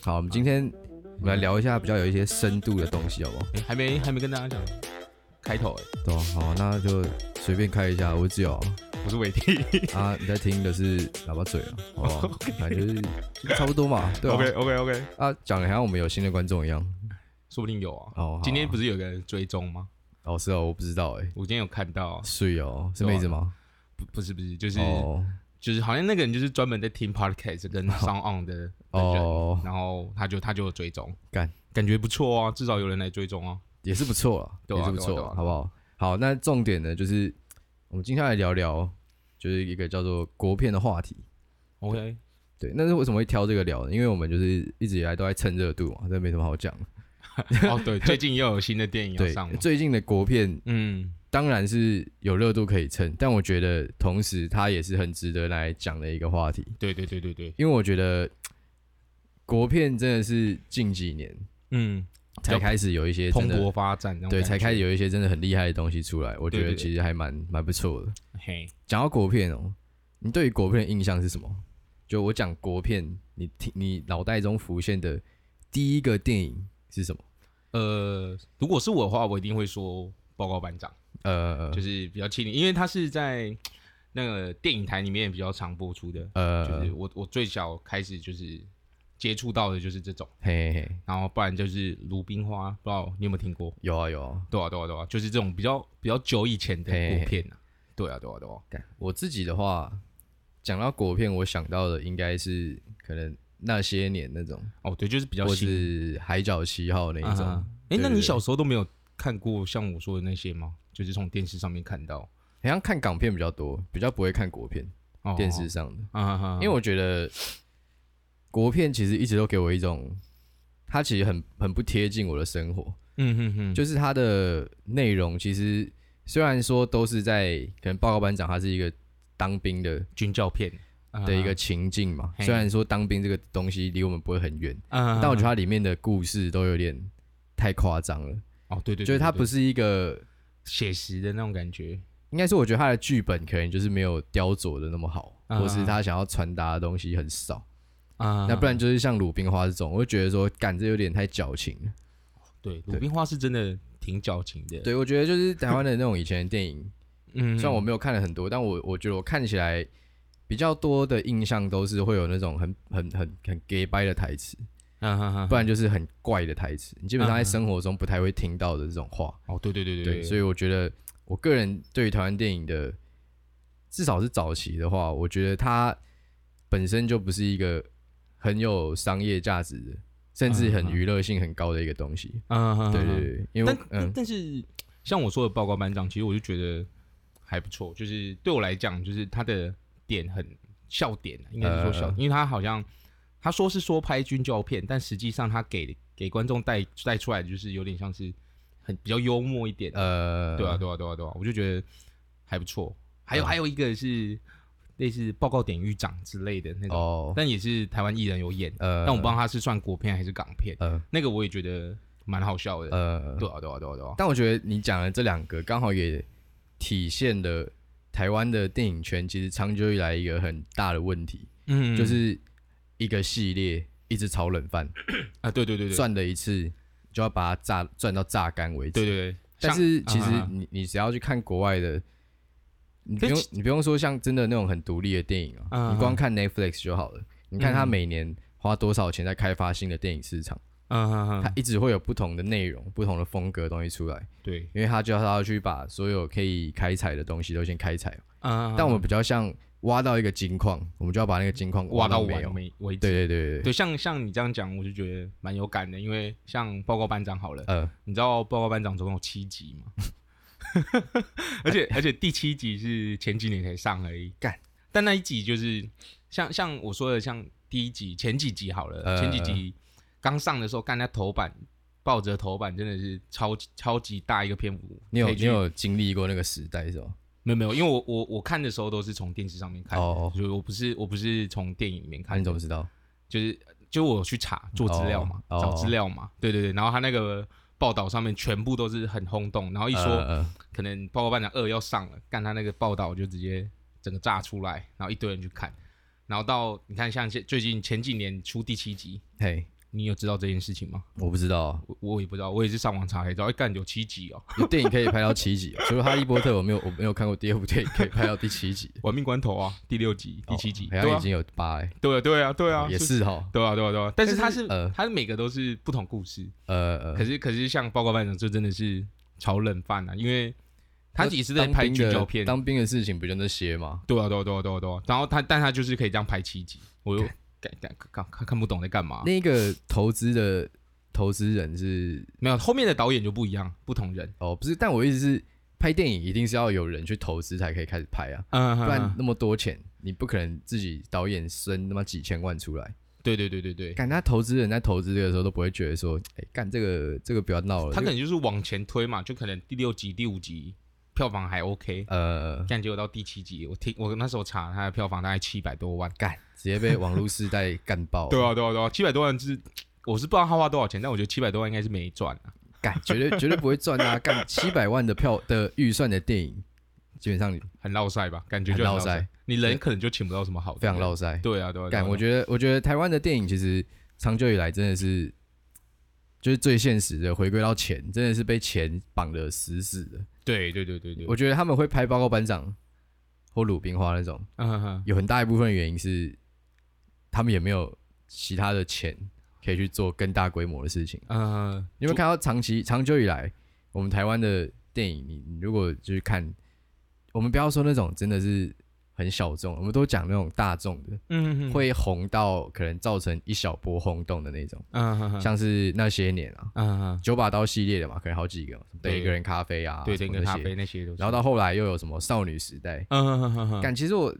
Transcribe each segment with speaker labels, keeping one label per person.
Speaker 1: 好，我们今天我们来聊一下比较有一些深度的东西，好不好？
Speaker 2: 诶还没还没跟大家讲开头哎，
Speaker 1: 对啊、好，那就随便开一下，我只有
Speaker 2: 我是伟弟。
Speaker 1: 啊，你在听的是喇叭嘴啊，好不 好
Speaker 2: OK
Speaker 1: 反正就是差不多嘛，对 吧、
Speaker 2: OK OK OK，
Speaker 1: 啊，讲的好像我们有新的观众一样。
Speaker 2: 说不定有啊。
Speaker 1: 哦，好
Speaker 2: 今天不
Speaker 1: 是
Speaker 2: 是有个人追踪吗？
Speaker 1: 哦，是哦，我不知道哎、欸，
Speaker 2: 我今天有看到，啊
Speaker 1: 睡哦，是妹子吗？
Speaker 2: 不不是不是，就是、
Speaker 1: 哦
Speaker 2: 就是好像那个人就是专门在听 podcast 跟 Sound On 的人，
Speaker 1: 哦，
Speaker 2: 然后他就他就有追踪，
Speaker 1: 干
Speaker 2: 感觉不错啊，至少有人来追踪啊。
Speaker 1: 也是不错啊，
Speaker 2: 对啊
Speaker 1: 也是不
Speaker 2: 对啊
Speaker 1: 错、
Speaker 2: 对啊
Speaker 1: 好不好？好，那重点呢，就是我们接下来聊聊，就是一个叫做国片的话题。
Speaker 2: OK，
Speaker 1: 对，那是为什么会挑这个聊呢？因为我们就是一直以来都在蹭热度嘛，这没什么好讲的。
Speaker 2: 哦对，最近又有新的电影要
Speaker 1: 对
Speaker 2: 上，嘛，
Speaker 1: 最近的国片
Speaker 2: 嗯，
Speaker 1: 当然是有热度可以蹭，但我觉得同时它也是很值得来讲的一个话题，
Speaker 2: 对对对对对，
Speaker 1: 因为我觉得国片真的是近几年
Speaker 2: 嗯，
Speaker 1: 才开始有一些
Speaker 2: 蓬
Speaker 1: 真的
Speaker 2: 勃发展，
Speaker 1: 对，才开始
Speaker 2: 始，
Speaker 1: 有一些真的很厉害的东西出来，我觉
Speaker 2: 对
Speaker 1: 得
Speaker 2: 对对
Speaker 1: 其实还蛮蛮不错的。
Speaker 2: 嘿，
Speaker 1: 讲到国片哦，你对于国片的印象是什么？就我讲国片，你听你脑袋中浮现的第一个电影是什么？
Speaker 2: 呃，如果是我的话，我一定会说报告班长。
Speaker 1: 呃
Speaker 2: 就是比较亲民，因为它是在那个电影台里面比较常播出的。就
Speaker 1: 呃
Speaker 2: 是，我我最小开始就是接触到的就是这种，
Speaker 1: 嘿嘿嘿，
Speaker 2: 然后不然就是鲁冰花，不知道你有没有听过？
Speaker 1: 有啊有啊，
Speaker 2: 对啊对啊对啊，就是这种比较比较久以前的
Speaker 1: 嘿嘿
Speaker 2: 国片啊。对啊对啊对啊，
Speaker 1: 我自己的话，讲到国片，我想到的应该是可能那些年那种，
Speaker 2: 哦对，就是比较
Speaker 1: 或
Speaker 2: 新
Speaker 1: 是海角七号那
Speaker 2: 啊
Speaker 1: 一种。
Speaker 2: 哈。哎、
Speaker 1: 对
Speaker 2: 那
Speaker 1: 对
Speaker 2: 你
Speaker 1: 对
Speaker 2: 小时候都没有看过像我说的那些吗？就是从电视上面看到
Speaker 1: 好像看港片比较多，比较不会看国片，
Speaker 2: 哦
Speaker 1: 电视上的，
Speaker 2: 啊哈哈，
Speaker 1: 因为我觉得国片其实一直都给我一种，它其实很很不贴近我的生活，
Speaker 2: 嗯哼哼，
Speaker 1: 就是它的内容其实虽然说都是在可能报告班长他是一个当兵的
Speaker 2: 军教片啊
Speaker 1: 的一
Speaker 2: 哈
Speaker 1: 个情境嘛，
Speaker 2: 嘿
Speaker 1: 虽然说当兵这个东西离我们不会很远。
Speaker 2: 啊，
Speaker 1: 但我觉得
Speaker 2: 得
Speaker 1: 它里面的故事都有点太夸张了，
Speaker 2: 哦对对对，
Speaker 1: 就是它
Speaker 2: 对
Speaker 1: 不是一个，
Speaker 2: 写实的那种感觉，
Speaker 1: 应该是我觉得它的剧本可能就是没有雕琢的那么好，
Speaker 2: 嗯
Speaker 1: 或是他想要传达的东西很少。
Speaker 2: 啊，
Speaker 1: 那不然就是像鲁冰花这种，我就觉得说，感这有点太矫情了。
Speaker 2: 对鲁冰花是真的挺矫情的。，
Speaker 1: 对，我觉得就是台湾的那种以前的电影，
Speaker 2: 嗯
Speaker 1: 虽然我没有看了很多，但我我觉得我看起来比较多的印象都是会有那种很很很很 gay 掰的台词，
Speaker 2: 啊哈哈，
Speaker 1: 不然就是很怪的台词，你基本上在
Speaker 2: 嗯嗯
Speaker 1: 生活中不太会听到的这种话。
Speaker 2: 哦，对对对
Speaker 1: 对，所
Speaker 2: 以
Speaker 1: 以我觉得我个人对于台湾电影的，至少是早期的话，我觉得它本身就不是一个很有商业价值的，甚至很
Speaker 2: 嗯嗯
Speaker 1: 娱乐性很高的一个东西。
Speaker 2: 啊哈哈，
Speaker 1: 对对对，因为
Speaker 2: 但
Speaker 1: 我
Speaker 2: 但
Speaker 1: 嗯
Speaker 2: 但是像我说的报告班长，其实我就觉得还不错，就是对我来讲，就是他的点很笑点，啊应该是说笑
Speaker 1: 呃，
Speaker 2: 因为他好像他说是说拍军教片，但实际上他给给观众带带出来的就是有点像是很比较幽默一点。
Speaker 1: 呃，
Speaker 2: 对啊，对啊，对啊，对啊，我就觉得还不错。还有
Speaker 1: 嗯
Speaker 2: 还有一个是类似报告典狱长之类的那种。
Speaker 1: 哦
Speaker 2: 但也是台湾艺人有演，
Speaker 1: 呃，
Speaker 2: 但我不知道他是算国片还是港片，
Speaker 1: 呃
Speaker 2: 那个我也觉得蛮好笑的。
Speaker 1: 呃，
Speaker 2: 对啊，对啊，对啊，对啊，
Speaker 1: 但我觉得你讲的这两个刚好也体现了台湾的电影圈其实长久以来一个很大的问题，
Speaker 2: 嗯
Speaker 1: 就是一个系列一直炒冷饭。
Speaker 2: 啊，对对对对，
Speaker 1: 赚的一次，就要把它榨赚到榨干为止。
Speaker 2: 对对对，
Speaker 1: 但是
Speaker 2: 像
Speaker 1: 其实
Speaker 2: 啊啊啊
Speaker 1: 你、你只要去看国外的，你不
Speaker 2: 可是
Speaker 1: 用你不用说像真的那种很独立的电影啊，
Speaker 2: 啊啊啊
Speaker 1: 你光看 Netflix 就好了。你看他
Speaker 2: 嗯
Speaker 1: 每年花多少钱在开发新的电影市场，
Speaker 2: 嗯嗯
Speaker 1: 它
Speaker 2: 嗯，
Speaker 1: 一直会有不同的内容、不同的风格的东西出来，
Speaker 2: 对，
Speaker 1: 因为他就要他要去把所有可以开采的东西都先开采。
Speaker 2: 嗯，
Speaker 1: 但我们比较像挖到一个金矿，我们就要把那个金矿
Speaker 2: 挖到
Speaker 1: 没
Speaker 2: 完
Speaker 1: 有。
Speaker 2: 没为止。
Speaker 1: 对对对对对，
Speaker 2: 对，像像你这样讲，我就觉得蛮有感的，因为像报告班长好了，
Speaker 1: 呃，
Speaker 2: 你知道报告班长总共有七集吗？ 而且而且第七集是前几年才上而已，
Speaker 1: 干。
Speaker 2: 但那一集就是像像我说的，像第一集前几集好了，
Speaker 1: 呃
Speaker 2: 前几集刚上的时候，干那头版抱着头版真的是超级超级大一个篇幅。
Speaker 1: 你有
Speaker 2: 可以
Speaker 1: 你
Speaker 2: 去
Speaker 1: 有经历过那个时代是吧？
Speaker 2: 没有没有？因为我我我看的时候都是从电视上面看的，
Speaker 1: 哦，
Speaker 2: 所以我不是我不是从电影里面
Speaker 1: 看
Speaker 2: 看
Speaker 1: 你
Speaker 2: 的，
Speaker 1: 怎么知道？
Speaker 2: 就是就我去查做资料嘛，
Speaker 1: 哦哦
Speaker 2: 找资料嘛，对对对，然后他那个报道上面全部都是很轰动，然后一说。
Speaker 1: 呃呃
Speaker 2: 可能报告班长二要上了，干他那个报道就直接整个炸出来，然后一堆人去看，然后到你看像现最近前几年出第七集，
Speaker 1: 嘿，
Speaker 2: 你有知道这件事情吗？
Speaker 1: 我不知道啊，
Speaker 2: 我我也不知道，我也是上网查才知道。哎、干有七集哦，
Speaker 1: 电影可以拍到七集，哦 除了《哈利波特》，我没有我没有看过第二部电影可以拍到第七集、
Speaker 2: 玩命关头啊，第六集、 第七集，
Speaker 1: 哦好
Speaker 2: 对
Speaker 1: 像
Speaker 2: 啊
Speaker 1: 已，经有八哎、
Speaker 2: 对啊，对啊，对啊，
Speaker 1: 也
Speaker 2: 是，
Speaker 1: 是哈，
Speaker 2: 对啊，对啊，对啊。但是它
Speaker 1: 但是
Speaker 2: 是
Speaker 1: 呃
Speaker 2: 它是每个都是不同故事，
Speaker 1: 呃呃，
Speaker 2: 可是可是像报告班长这真的是炒冷饭啊，因为他也是在
Speaker 1: 当
Speaker 2: 拍
Speaker 1: 兵
Speaker 2: 聚
Speaker 1: 的
Speaker 2: 焦片，
Speaker 1: 当兵的事情不就那些吗？
Speaker 2: 对啊，对啊，对啊，对啊，对啊。然后他，但他就是可以这样拍七集，我又
Speaker 1: 嗯
Speaker 2: 感感看看看不懂在干嘛。
Speaker 1: 那个投资的投资人是
Speaker 2: 没有，后面的导演就不一样，不同人。
Speaker 1: 哦，不是，但我意思是，拍电影一定是要有人去投资才可以开始拍啊，
Speaker 2: 嗯，
Speaker 1: 不然那么多钱，你不可能自己导演生他妈几千万出来。
Speaker 2: 对对对对对，
Speaker 1: 干他投资人在投资这个时候都不会觉得说，哎、干这个这个不要闹了。
Speaker 2: 他可
Speaker 1: 这个
Speaker 2: 能就是往前推嘛，就可能第六集、第五集票房还 OK，
Speaker 1: 呃，
Speaker 2: 但结果到第七集，我听我那时候查他的票房大概七百多万。
Speaker 1: 干直接被网络世代干爆。
Speaker 2: 对，啊，对啊，对啊，七百多万是，我是不知道他花多少钱，但我觉得七百多万应该是没赚啊。
Speaker 1: 干绝对绝对不会赚啊！干七百万的票的预算的电影，基本上你
Speaker 2: 很落塞吧，感觉
Speaker 1: 很
Speaker 2: 就
Speaker 1: 落
Speaker 2: 落
Speaker 1: 塞
Speaker 2: 塞。你人可能就请不到什么好的，
Speaker 1: 非常落塞。
Speaker 2: 对啊，对啊，对啊，
Speaker 1: 干，我
Speaker 2: 得
Speaker 1: 觉得，我觉得台湾的电影其实长久以来真的是，就是最现实的，回归到钱，真的是被钱绑得死死的。
Speaker 2: 对对对对对，
Speaker 1: 我觉得他们会拍《报告班长》或《鲁冰花》那种，
Speaker 2: 嗯哼哼
Speaker 1: 有很大一部分原因是他们也没有其他的钱可以去做更大规模的事情。啊
Speaker 2: 嗯哼，
Speaker 1: 你有没有看到长期长久以来，我们台湾的电影，你你如果就是看，我们不要说那种真的是很小众，我们都讲那种大众的。
Speaker 2: 嗯哼，
Speaker 1: 会红到可能造成一小波轰动的那种，
Speaker 2: 嗯哼哼，
Speaker 1: 像是那些年啊，
Speaker 2: 嗯哼，
Speaker 1: 九把刀系列的嘛，可能好几个嘛，什么
Speaker 2: 对
Speaker 1: 对一个人咖啡啊，
Speaker 2: 对，
Speaker 1: 什
Speaker 2: 整
Speaker 1: 么
Speaker 2: 个
Speaker 1: 那
Speaker 2: 咖
Speaker 1: 些
Speaker 2: 啡那些都是。
Speaker 1: 然后到后来又有什么少女时代，
Speaker 2: 嗯哼哼哼哼，
Speaker 1: 但其实我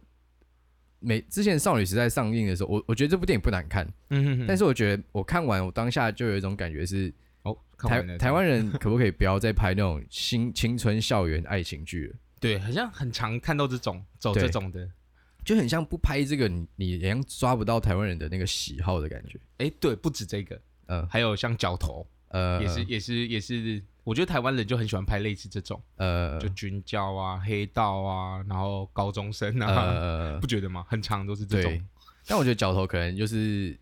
Speaker 1: 每之前少女时代上映的时候，我我觉得这部电影不难看，
Speaker 2: 嗯哼哼，
Speaker 1: 但是我觉得我看完我当下就有一种感觉是
Speaker 2: 哦，看完
Speaker 1: 台
Speaker 2: 了
Speaker 1: 台湾人可不可以不要再拍那种新青春校园爱情剧了，
Speaker 2: 对，好像很常看到这种走
Speaker 1: 对
Speaker 2: 这种的。
Speaker 1: 就很像不拍这个你你好像抓不到台湾人的那个喜好的感觉，
Speaker 2: 哎，对，不止这个，
Speaker 1: 嗯
Speaker 2: 还有像角头，
Speaker 1: 呃
Speaker 2: 也是也是也是，我觉得台湾人就很喜欢拍类似这种，
Speaker 1: 呃
Speaker 2: 就军教啊、黑道啊，然后高中生啊，
Speaker 1: 呃
Speaker 2: 不觉得吗？很常都是
Speaker 1: 对
Speaker 2: 这种。，
Speaker 1: 但我觉得角头可能就是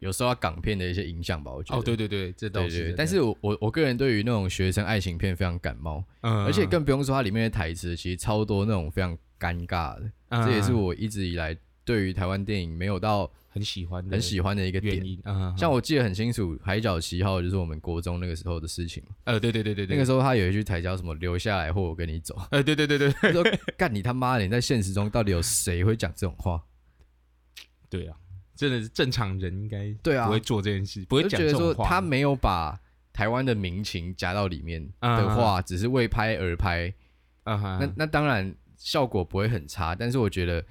Speaker 1: 有受到港片的一些影响吧，我觉得。
Speaker 2: 哦，对对对，这倒
Speaker 1: 对
Speaker 2: 是真
Speaker 1: 对
Speaker 2: 的。
Speaker 1: 但是我我我个人对于那种学生爱情片非常感冒，
Speaker 2: 嗯，
Speaker 1: 而且更不用说它里面的台词，其实超多那种非常尴尬的，
Speaker 2: 嗯嗯
Speaker 1: 这也是我一直以来对于台湾电影没有到
Speaker 2: 很喜欢的
Speaker 1: 很喜欢的一个
Speaker 2: 原
Speaker 1: 点。
Speaker 2: 因。嗯，
Speaker 1: 像我记得很清楚，《海角七号》就是我们国中那个时候的事情。
Speaker 2: 呃，对对对对对，
Speaker 1: 那个时候他有一句台词叫什么“留下来或我跟你走
Speaker 2: 呃，对对对对”，
Speaker 1: 他说：“干你他妈的！你在现实中到底有谁会讲这种话
Speaker 2: 对啊，真的是正常人应该？”
Speaker 1: 对啊，
Speaker 2: 不会做这件事，不
Speaker 1: 我
Speaker 2: 会
Speaker 1: 就
Speaker 2: 讲
Speaker 1: 觉
Speaker 2: 这
Speaker 1: 得说
Speaker 2: 种话。
Speaker 1: 他没有把台湾的民情加到里面
Speaker 2: 嗯
Speaker 1: 的话，只是为拍而拍，
Speaker 2: 啊哈，
Speaker 1: 那那当然效果不会很差，但是我觉得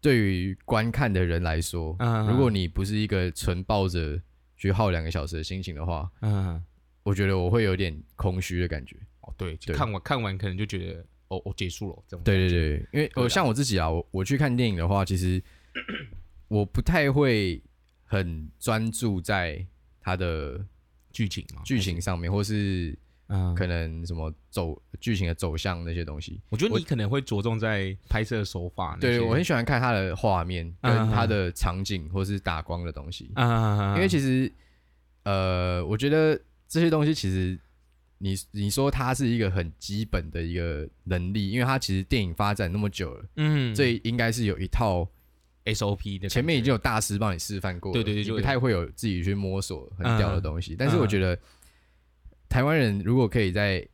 Speaker 1: 对于观看的人来说，
Speaker 2: 嗯
Speaker 1: 如果你不是一个纯抱着去耗两个小时的心情的话，
Speaker 2: 嗯，
Speaker 1: 我觉得我会有点空虚的感觉。
Speaker 2: 哦对，就
Speaker 1: 对
Speaker 2: 看完看完可能就觉得哦哦结束了这种。
Speaker 1: 对对对，因为
Speaker 2: 对
Speaker 1: 我
Speaker 2: 啦
Speaker 1: 像我自己啊，我我去看电影的话，其 实我不太会很专注在它的
Speaker 2: 剧情嘛，
Speaker 1: 剧情上面，或是
Speaker 2: 嗯，
Speaker 1: 可能什么走剧情的走向那些东西。
Speaker 2: 我觉得你可能会着重在拍摄手法那些。
Speaker 1: 对我很喜欢看它的画面跟
Speaker 2: 嗯嗯嗯
Speaker 1: 它的场景或是打光的东西，
Speaker 2: 啊，
Speaker 1: 因为其实呃，我觉得这些东西其实你你说它是一个很基本的一个能力，因为它其实电影发展那么久了，
Speaker 2: 嗯，
Speaker 1: 这应该是有一套
Speaker 2: SOP 的
Speaker 1: 前面已经有大师帮你示范过了，
Speaker 2: 对对对
Speaker 1: 你
Speaker 2: 就
Speaker 1: 不太会有自己去摸索很屌的东西。但是
Speaker 2: 嗯
Speaker 1: 我觉得台湾人如果可以在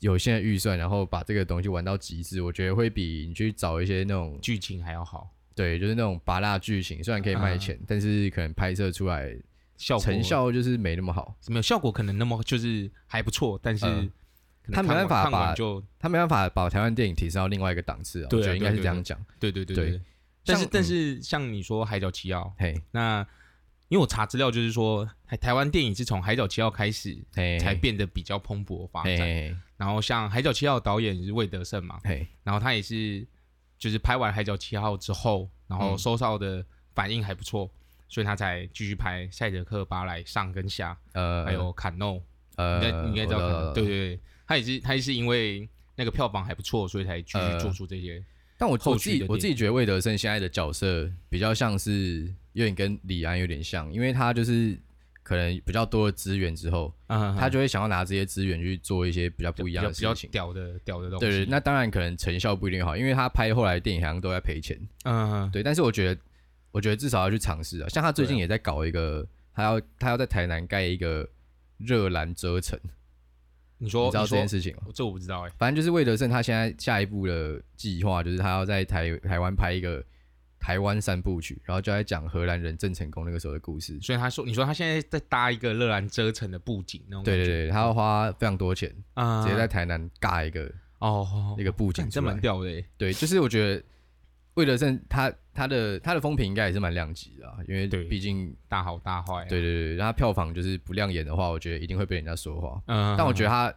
Speaker 1: 有限的预算，然后把这个东西玩到极致，我觉得会比你去找一些那种
Speaker 2: 剧情还要好，
Speaker 1: 对，就是那种拔辣剧情，虽然可以
Speaker 2: 嗯
Speaker 1: 卖钱，但是可能拍摄出来
Speaker 2: 效果
Speaker 1: 成效就是没那么好。
Speaker 2: 没有效果，可能那么就是还不错，但是
Speaker 1: 嗯
Speaker 2: 可能
Speaker 1: 他没
Speaker 2: 看完
Speaker 1: 办法
Speaker 2: 看完
Speaker 1: 把
Speaker 2: 就
Speaker 1: 他没办法把台湾电影提升到另外一个档次啊，
Speaker 2: 对啊
Speaker 1: 我觉得应该是这样讲。
Speaker 2: 对对对
Speaker 1: 对
Speaker 2: 对。但是
Speaker 1: 像
Speaker 2: 但
Speaker 1: 嗯
Speaker 2: 是像你说《海角七号》，
Speaker 1: 嘿，
Speaker 2: 那因为我查资料就是说，台台湾电影是从《海角七号》开始
Speaker 1: 嘿，
Speaker 2: 才变得比较蓬勃发
Speaker 1: 嘿，
Speaker 2: 展。
Speaker 1: 嘿，
Speaker 2: 然后像《海角七号》导演是魏德胜嘛，
Speaker 1: 嘿，
Speaker 2: 然后他也是就是拍完《海角七号》之后，然后
Speaker 1: 嗯
Speaker 2: 收到的反应还不错，所以他才继续拍《赛德克巴莱》上跟下，
Speaker 1: 呃，
Speaker 2: 还有《坎诺》，
Speaker 1: 呃，
Speaker 2: 哎应该你应该知道
Speaker 1: 我
Speaker 2: 坎
Speaker 1: 我
Speaker 2: 诺，对对对，他也是他也是因为那个票房还不错，所以才继续
Speaker 1: 呃
Speaker 2: 做出这些。
Speaker 1: 但我我
Speaker 2: 后
Speaker 1: 自
Speaker 2: 续的
Speaker 1: 己
Speaker 2: 电影
Speaker 1: 我自己觉得魏德胜现在的角色比较像是有点跟李安有点像，因为他就是可能比较多的资源之后，
Speaker 2: 啊
Speaker 1: 他就会想要拿这些资源去做一些比较不一样的
Speaker 2: 比
Speaker 1: 事
Speaker 2: 较比较
Speaker 1: 情。
Speaker 2: 屌的屌的东西。
Speaker 1: 对对，那当然可能成效不一定好，因为他拍后来的电影好像都在赔钱。
Speaker 2: 嗯，
Speaker 1: 对，但是我觉得，我觉得至少要去尝试啊。像他最近也在搞一个，他要他要在台南盖一个热兰遮城，
Speaker 2: 你说
Speaker 1: 你知道
Speaker 2: 你
Speaker 1: 这
Speaker 2: 说
Speaker 1: 件事情吗？
Speaker 2: 这我不知道哎、
Speaker 1: 反正就是魏德胜他现在下一步的计划就是他要在台台湾拍一个台湾三部曲，然后就在讲荷兰人郑成功那个时候的故事。
Speaker 2: 所以他说，你说他现在在搭一个热兰遮城的布景那种
Speaker 1: 对
Speaker 2: 感
Speaker 1: 对
Speaker 2: 觉，
Speaker 1: 对，他要花非常多钱，
Speaker 2: 啊
Speaker 1: 直接在台南尬一个
Speaker 2: 哦，
Speaker 1: 那个布景
Speaker 2: 干这
Speaker 1: 出来
Speaker 2: 蛮。屌的欸，
Speaker 1: 对，就是我觉得魏德胜他他的他的风评应该也是蛮两极的、啊，因为
Speaker 2: 对
Speaker 1: 毕竟
Speaker 2: 大好大坏、啊，
Speaker 1: 对对对，让他票房就是不亮眼的话，我觉得一定会被人家说话。
Speaker 2: 嗯，嗯，
Speaker 1: 但我觉得他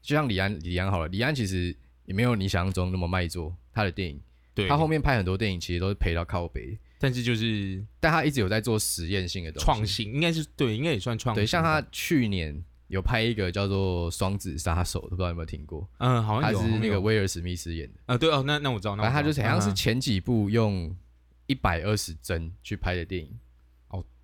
Speaker 1: 就像李安，李安好了，李安其实也没有你想象中那么卖座，他的电影，
Speaker 2: 对
Speaker 1: 他后面拍很多电影其实都是赔到靠北，
Speaker 2: 但是就是
Speaker 1: 但他一直有在做实验性的东西
Speaker 2: 创。新，应该是对，应该也算创新，
Speaker 1: 对，像他去年有拍一个叫做《双子杀手》，不知道有没有听过？
Speaker 2: 嗯，好
Speaker 1: 他
Speaker 2: 像有
Speaker 1: 是
Speaker 2: 好像
Speaker 1: 那个
Speaker 2: 有
Speaker 1: 威尔史密斯演的，
Speaker 2: 啊，对哦，那那我知道，那
Speaker 1: 反
Speaker 2: 我
Speaker 1: 正他就
Speaker 2: 知
Speaker 1: 是
Speaker 2: 道
Speaker 1: 好像是
Speaker 2: 嗯嗯
Speaker 1: 前几部用一百二十帧去拍的电影。
Speaker 2: 嗯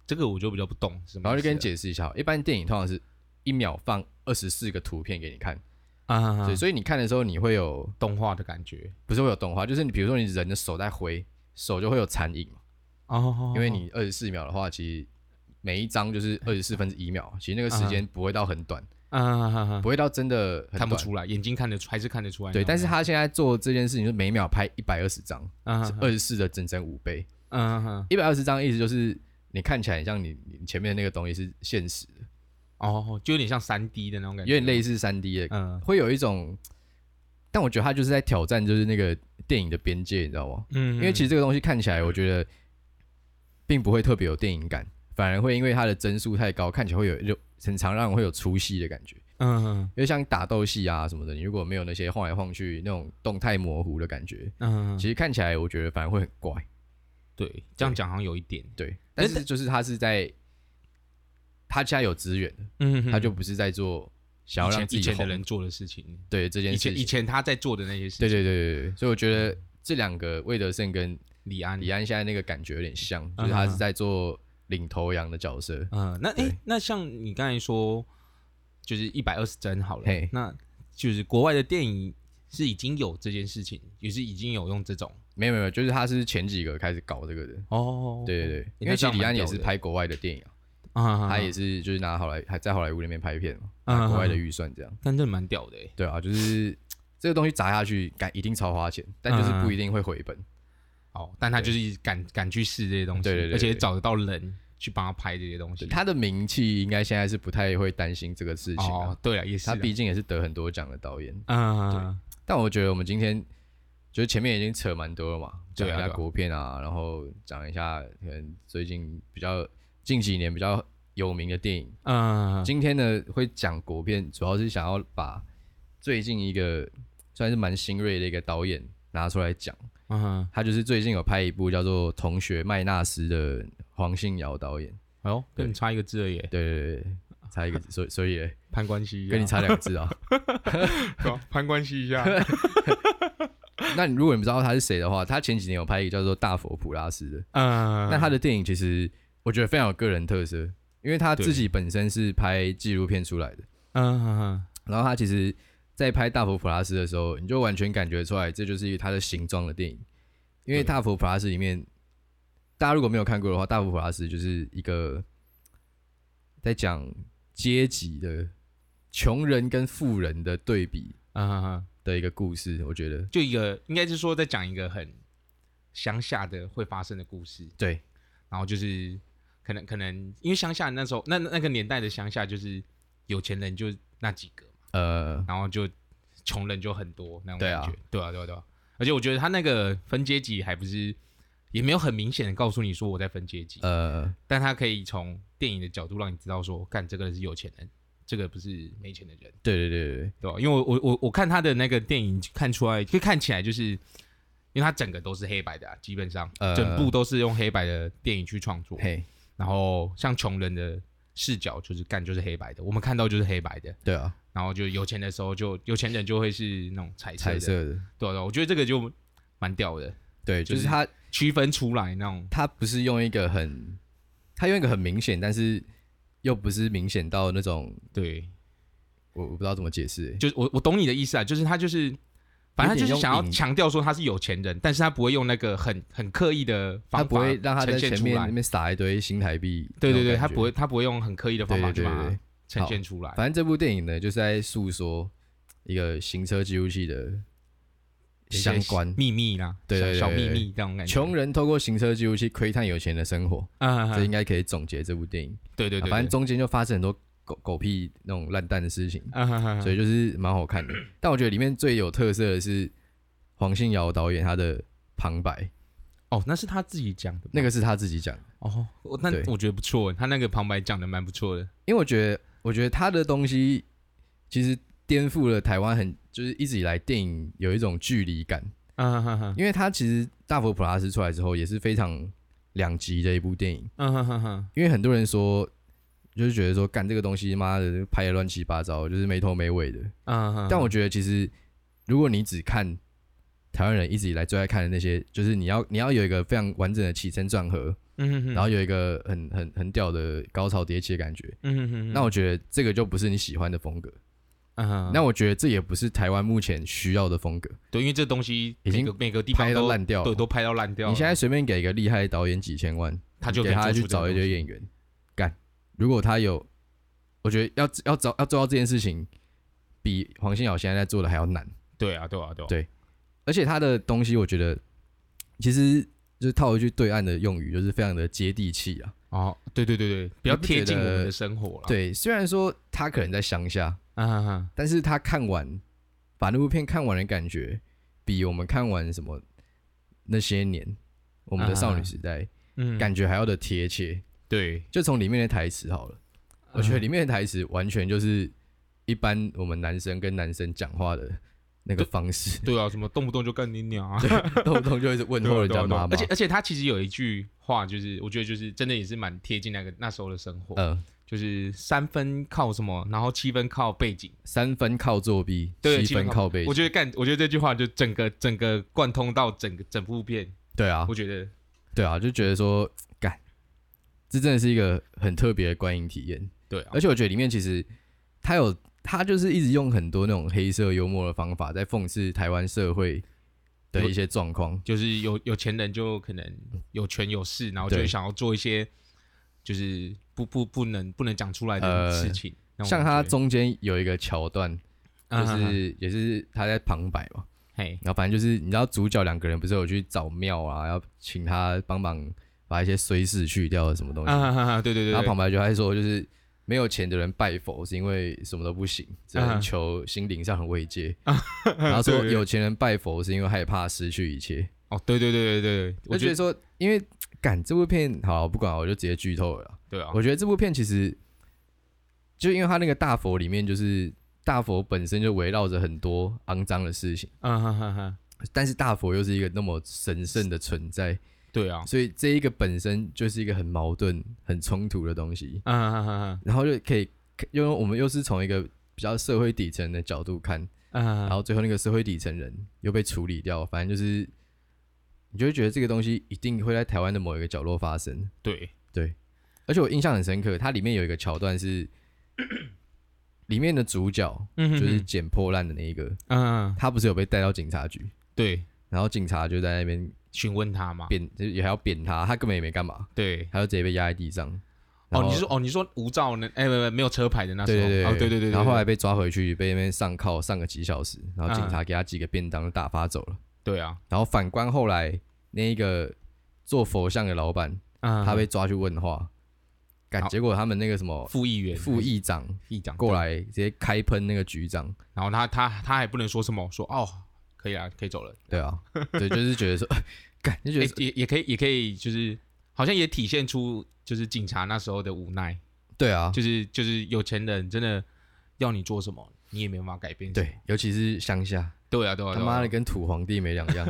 Speaker 2: 这个我就比较不懂，什么
Speaker 1: 然后就跟
Speaker 2: 意
Speaker 1: 你
Speaker 2: 思啊
Speaker 1: 解释一下，一般电影通常是一秒放二十四个图片给你看，
Speaker 2: 啊啊，啊
Speaker 1: 对，所以你看的时候你会有
Speaker 2: 动画的感觉
Speaker 1: 不是会有动画，就是你比如说你人的手在挥，手就会有残影嘛，
Speaker 2: 哦，哎
Speaker 1: 因为你二十四秒的话，其实每一张就是二十四分之一秒，其实那
Speaker 2: 嗯
Speaker 1: 个时间不会到很短，
Speaker 2: 啊啊啊啊
Speaker 1: 不会到真的很短
Speaker 2: 看不。出来，眼睛看得出还是看得出来那种感
Speaker 1: 对，
Speaker 2: 觉，
Speaker 1: 但是他现在做这件事情，就是每秒拍一百二十张，
Speaker 2: 嗯
Speaker 1: 是二十四的整整五倍。
Speaker 2: 嗯嗯
Speaker 1: 一百二十张意思就是你看起来很像你你前面的那个东西是现实的，
Speaker 2: 哦，就有点像三 D 的那种感
Speaker 1: 有
Speaker 2: 觉，
Speaker 1: 点类似三 D 的
Speaker 2: 嗯
Speaker 1: 会有一种，但我觉得他就是在挑战，就是那个电影的边界，你知道吗？
Speaker 2: 嗯，
Speaker 1: 因为其
Speaker 2: 实
Speaker 1: 实这个东西看起来，我觉得并不会特别有电影感，反而会因为它的帧数太高，看起来会有有很常让人会有出戏的感觉。
Speaker 2: 嗯嗯
Speaker 1: 因为像打斗戏啊什么的，你如果没有那些晃来晃去那种动态模糊的感觉，
Speaker 2: 嗯，
Speaker 1: 其实看起来我觉得反而会很怪。
Speaker 2: 对，这样讲好像有一点，
Speaker 1: 对，但
Speaker 2: 但
Speaker 1: 是就是他是在他家有资源的，
Speaker 2: 嗯，
Speaker 1: 他就不是在做想
Speaker 2: 以
Speaker 1: 要
Speaker 2: 前
Speaker 1: 让自
Speaker 2: 以
Speaker 1: 己
Speaker 2: 前的
Speaker 1: 红
Speaker 2: 人做的事情，
Speaker 1: 对这件
Speaker 2: 以
Speaker 1: 事情
Speaker 2: 前以。前他在做的那些事
Speaker 1: 对
Speaker 2: 情，
Speaker 1: 对对对对，所以我觉得这两个魏德胜跟
Speaker 2: 李安
Speaker 1: 李安现在那个感觉有点像，就
Speaker 2: 嗯
Speaker 1: 是他是在做领头羊的角色。
Speaker 2: 嗯，那
Speaker 1: 对
Speaker 2: 诶，那像你刚才说，就是一百二十帧好了
Speaker 1: 嘿，
Speaker 2: 那就是国外的电影是已经有这件事情，也是已经有用这种
Speaker 1: 没有没有，就是他是前几个开始搞这个的。
Speaker 2: 哦
Speaker 1: 对对对，因
Speaker 2: 那
Speaker 1: 为
Speaker 2: 这
Speaker 1: 其实
Speaker 2: 样
Speaker 1: 李
Speaker 2: 蛮
Speaker 1: 安也
Speaker 2: 屌
Speaker 1: 是
Speaker 2: 的
Speaker 1: 拍国外的电影啊，
Speaker 2: 啊，
Speaker 1: 他也
Speaker 2: 是，
Speaker 1: 是就是拿好莱还在好莱坞那边拍片嘛，
Speaker 2: 嗯
Speaker 1: 拿国外的
Speaker 2: 嗯
Speaker 1: 预算这样。
Speaker 2: 但这蛮屌的诶，欸
Speaker 1: 对啊，就是这个东西砸下去，敢一定超花钱，但
Speaker 2: 嗯
Speaker 1: 就是不一定会回本。
Speaker 2: 哦，但他就是敢敢去试这些东西，
Speaker 1: 对对对对
Speaker 2: 而且找得到人去帮他拍这些东西。
Speaker 1: 他的名气应该现在是不太会担心这个事情啊
Speaker 2: 哦，，对了，也是
Speaker 1: 他
Speaker 2: 啊，
Speaker 1: 毕竟也是得很多奖的导演。
Speaker 2: 嗯，
Speaker 1: 但我觉得我们今天就是前面已经扯蛮多了嘛，讲
Speaker 2: 对
Speaker 1: 一
Speaker 2: 啊
Speaker 1: 下
Speaker 2: 对啊
Speaker 1: 国片啊，然后讲一下可能最近比较近几年比较有名的电影。
Speaker 2: 嗯，
Speaker 1: 今天呢会讲国片，主要是想要把最近一个算是蛮新锐的一个导演拿出来讲。
Speaker 2: 嗯，
Speaker 1: 他就是最近有拍一部叫做《同学麦纳斯》的黄信尧导演。
Speaker 2: 哎呦，跟你差一个字而已耶，
Speaker 1: 对对对对，差一 个字，所以所以嘞
Speaker 2: 攀关系一下，
Speaker 1: 跟你差两个字啊。
Speaker 2: 对啊攀关 系一下，
Speaker 1: 那你如果你不知道他是谁的话，他前几年有拍一个叫做《大佛普拉斯》的。
Speaker 2: 嗯，
Speaker 1: 那他的电影其实我觉得非常有个人特色，因为他自己本身是拍纪录片出来的，
Speaker 2: 嗯嗯嗯
Speaker 1: 然后他其实，在拍《大佛普拉斯》的时候，你就完全感觉出来，这就是一个他的形状的电影。因为《
Speaker 2: 对
Speaker 1: 大佛普拉斯》里面，大家如果没有看过的话，《大佛普拉斯》就是一个在讲阶级的穷人跟富人的对比
Speaker 2: 嗯嗯嗯。
Speaker 1: 的一个故事，我觉得
Speaker 2: 就一个，应该是说在讲一个很乡下的会发生的故事，
Speaker 1: 对。
Speaker 2: 然后就是可能可能因为乡下那时候那那个年代的乡下就是有钱人就那几个嘛，
Speaker 1: 呃，
Speaker 2: 然后就穷人就很多那种
Speaker 1: 对
Speaker 2: 感
Speaker 1: 啊
Speaker 2: 觉，对啊对啊对啊，而且我觉得他那个分阶级还不是也没有很明显的告诉你说我在分阶级，
Speaker 1: 呃，
Speaker 2: 但他可以从电影的角度让你知道说，干这个人是有钱人，这个不是没钱的人。
Speaker 1: 对对对对对，
Speaker 2: 对吧、因为我我我我看他的那个电影看出来，就看起来就是，因为他整个都是黑白的、啊，基本上、
Speaker 1: 呃
Speaker 2: 整部都是用黑白的电影去创作。
Speaker 1: 嘿，
Speaker 2: 然后像穷人的视角就是干就是黑白的，我们看到就是黑白的。
Speaker 1: 对啊，
Speaker 2: 然后就有钱的时候就有钱人就会是那种彩色的，
Speaker 1: 彩色的，
Speaker 2: 对啊对啊我觉得这个就蛮屌的。
Speaker 1: 对，就
Speaker 2: 就是
Speaker 1: 是他
Speaker 2: 区分出来那种。
Speaker 1: 他不是用一个很，他用一个很明显，但是又不是明显到那种，
Speaker 2: 对，
Speaker 1: 我我不知道怎么解释、欸
Speaker 2: 就是我我懂你的意思啊，就是他就是，反正
Speaker 1: 有
Speaker 2: 他
Speaker 1: 点
Speaker 2: 就是想要
Speaker 1: 用隐
Speaker 2: 强调说他是有钱人，但是他不会用那个很很刻意的方法
Speaker 1: 他不会让他在
Speaker 2: 呈现
Speaker 1: 前
Speaker 2: 出
Speaker 1: 面
Speaker 2: 来
Speaker 1: 那。边撒一堆新台币那
Speaker 2: 对
Speaker 1: 种感觉。
Speaker 2: 对对，他不会他不会用很刻意的方法
Speaker 1: 对
Speaker 2: 去
Speaker 1: 对
Speaker 2: 把
Speaker 1: 对
Speaker 2: 它
Speaker 1: 对
Speaker 2: 呈现出来。
Speaker 1: 反正这部电影呢，就是在诉说一个行车记录器的
Speaker 2: 有一些
Speaker 1: 相关。
Speaker 2: 秘密啦，
Speaker 1: 对对对
Speaker 2: 小小
Speaker 1: 对
Speaker 2: 秘
Speaker 1: 对
Speaker 2: 密这种感觉。
Speaker 1: 穷人透过行车记录器窥探有钱人的生活，
Speaker 2: 啊，
Speaker 1: 这应该可以总结这部电影。啊
Speaker 2: 对对对，
Speaker 1: 反正中间就发生很多狗狗屁那种烂蛋的事情，
Speaker 2: 正
Speaker 1: 所以就是蛮好看的。但我觉得里面最有特色的是黄信尧导演他的旁白，
Speaker 2: 哦，那是他自己讲的吗，
Speaker 1: 那个是他自己讲的，
Speaker 2: 哦，我那
Speaker 1: 对
Speaker 2: 我觉得不错，他那个旁白讲的蛮不错的。
Speaker 1: 因为我觉得，我觉得他的东西其实颠覆了台湾很，就是一直以来电影有一种距离感。
Speaker 2: 嗯哼哼，
Speaker 1: 因为它其实《大佛普拉斯》出来之后也是非常两极的一部电影，
Speaker 2: 嗯哼哼哼，
Speaker 1: 因为很多人说就是觉得说干这个东西妈的拍的乱七八糟，就是没头没尾的。
Speaker 2: 嗯哼，
Speaker 1: 但我觉得其实如果你只看台湾人一直以来最爱看的那些，就是你要你要有一个非常完整的起承转合，
Speaker 2: 嗯哼哼，
Speaker 1: 然后有一个很很很屌的高潮迭起的感觉，
Speaker 2: 嗯哼哼，
Speaker 1: 那我觉得这个就不是你喜欢的风格。
Speaker 2: 嗯哼
Speaker 1: 那我觉得这也不是台湾目前需要的风格。
Speaker 2: 对，因为这东西
Speaker 1: 已经
Speaker 2: 每个每个地方
Speaker 1: 拍到
Speaker 2: 都
Speaker 1: 烂掉了
Speaker 2: 对，都拍到烂掉了。
Speaker 1: 你现在随便给一个厉害的导演几千万，
Speaker 2: 他就可以
Speaker 1: 给他
Speaker 2: 做出
Speaker 1: 去
Speaker 2: 这个
Speaker 1: 找一
Speaker 2: 东
Speaker 1: 堆
Speaker 2: 西
Speaker 1: 演员干。如果他有，我觉得要要找要做到这件事情，比黄信尧现在在做的还要难。
Speaker 2: 对啊，对啊，对啊，
Speaker 1: 对而且他的东西，我觉得其实就是套一句对岸的用语，就是非常的接地气啊。
Speaker 2: 哦，对对对对，比较
Speaker 1: 你不
Speaker 2: 贴
Speaker 1: 觉
Speaker 2: 近我们
Speaker 1: 得
Speaker 2: 的生活了。，
Speaker 1: 对，虽然说他可能在乡下，
Speaker 2: 嗯哼哼，
Speaker 1: 但是他看完把那部片看完的感觉，比我们看完什么那些年我们的少女时代、
Speaker 2: 嗯，
Speaker 1: 感觉还要的贴切。
Speaker 2: 对，
Speaker 1: 就从里面的台词好了。
Speaker 2: 啊
Speaker 1: 我觉得里面的台词完全就是一般我们男生跟男生讲话的那个方 式，
Speaker 2: 对啊，什么动不动就干你娘 啊，
Speaker 1: 动不动就一直问
Speaker 2: 对啊
Speaker 1: 候人
Speaker 2: 对啊
Speaker 1: 家
Speaker 2: 对啊
Speaker 1: 妈妈。
Speaker 2: 而且，而且他其实有一句话，就是我觉得就是真的也是蛮贴近那个那时候的生活，
Speaker 1: 嗯，
Speaker 2: 就是三分靠什么，然后七分靠背景。
Speaker 1: 三分靠作弊，
Speaker 2: 对
Speaker 1: 七分靠背
Speaker 2: 我。觉得干，我觉得这句话就整个整个贯通到整个整部片，
Speaker 1: 对啊
Speaker 2: 我，觉得
Speaker 1: 对啊，就觉得说干，这真的是一个很特别的观影体验。
Speaker 2: 对啊
Speaker 1: 而，且我觉得里面其实他有他就是一直用很多那种黑色幽默的方法，在讽刺台湾社会的一些状况。
Speaker 2: 就是有有钱人就可能有权有势，然后就
Speaker 1: 对
Speaker 2: 会想要做一些就是不不不能不能讲出来的
Speaker 1: 呃
Speaker 2: 事情。那种
Speaker 1: 像他
Speaker 2: 感觉
Speaker 1: 中间有一个桥段，就
Speaker 2: 嗯嗯嗯
Speaker 1: 是也是他在旁白嘛，
Speaker 2: 嘿，
Speaker 1: 然后反正就是你知道主角两个人不是有去找庙啊，要请他帮忙把一些衰事去掉的什么东西，
Speaker 2: 啊哈哈，对对对，
Speaker 1: 然后
Speaker 2: 对
Speaker 1: 旁白就还说就是没有钱的人拜佛是因为什么都不行，只
Speaker 2: 啊
Speaker 1: 能求心灵上的慰藉， 然后说
Speaker 2: 对啊对对
Speaker 1: 有钱人拜佛是因为害怕失去一切，
Speaker 2: 哦，对对对对对对，
Speaker 1: 我
Speaker 2: 我
Speaker 1: 觉
Speaker 2: 觉
Speaker 1: 得
Speaker 2: 得
Speaker 1: 说因为赶这部片好不管了我就直接剧透了啦，
Speaker 2: 对啊，
Speaker 1: 我觉得这部片其实就因为它那个大佛里面就是大佛本身就围绕着很多肮脏的事情。
Speaker 2: 嗯哈哈哈，
Speaker 1: 但是大佛又是一个那么神圣的存在，
Speaker 2: 对啊，
Speaker 1: 所以这一个本身就是一个很矛盾、很冲突的东西，
Speaker 2: 嗯哈哈哈，
Speaker 1: 然后就可以，因为我们又是从一个比较社会底层的角度看，
Speaker 2: 嗯
Speaker 1: 然
Speaker 2: 哈
Speaker 1: 后最后那个社会底层人又被处理掉，反正就是你就会觉得这个东西一定会在台湾的某一个角落发生。
Speaker 2: 对，
Speaker 1: 而且我印象很深刻，它里面有一个桥段是，里面的主角
Speaker 2: 嗯
Speaker 1: 就
Speaker 2: 哼
Speaker 1: 是
Speaker 2: 哼
Speaker 1: 捡破烂的那一个，
Speaker 2: 嗯，
Speaker 1: 他不是有被带到警察局，
Speaker 2: 对，
Speaker 1: 然后警察就在那边
Speaker 2: 询问他嘛，
Speaker 1: 扁，就是也还要扁他，他根本也没干嘛，
Speaker 2: 对。
Speaker 1: 他就直接被压在地上。然
Speaker 2: 哦，
Speaker 1: 后
Speaker 2: 你是说哦，你说无照呢？哎，不不，没有车牌的那时
Speaker 1: 对
Speaker 2: 候，
Speaker 1: 对对，
Speaker 2: 哦，对对啊对，
Speaker 1: 然后后来
Speaker 2: 对
Speaker 1: 被抓回去，被那边上铐上个几小时，然后警察给他几个便当就打发走了。
Speaker 2: 对啊，
Speaker 1: 然后反观后来那一个做佛像的老板，
Speaker 2: 嗯，
Speaker 1: 他被抓去问话，感
Speaker 2: 好
Speaker 1: 结果他们那个什么
Speaker 2: 嗯副议员，
Speaker 1: 副议长
Speaker 2: 议长
Speaker 1: 过来直接开喷那个局长，
Speaker 2: 然后他他他还不能说什么，说哦，可以啊，可以走了，
Speaker 1: 对 啊，对，就是觉得说， 感就觉
Speaker 2: 也
Speaker 1: 得
Speaker 2: 也也可以也可以，就是好像也体现出就是警察那时候的无奈，
Speaker 1: 对啊，
Speaker 2: 就是就是有钱人真的要你做什么，你也没办法改变什么。
Speaker 1: 对，尤其是乡下，
Speaker 2: 对啊对啊，
Speaker 1: 他
Speaker 2: 对啊
Speaker 1: 妈的跟土皇帝没两 样。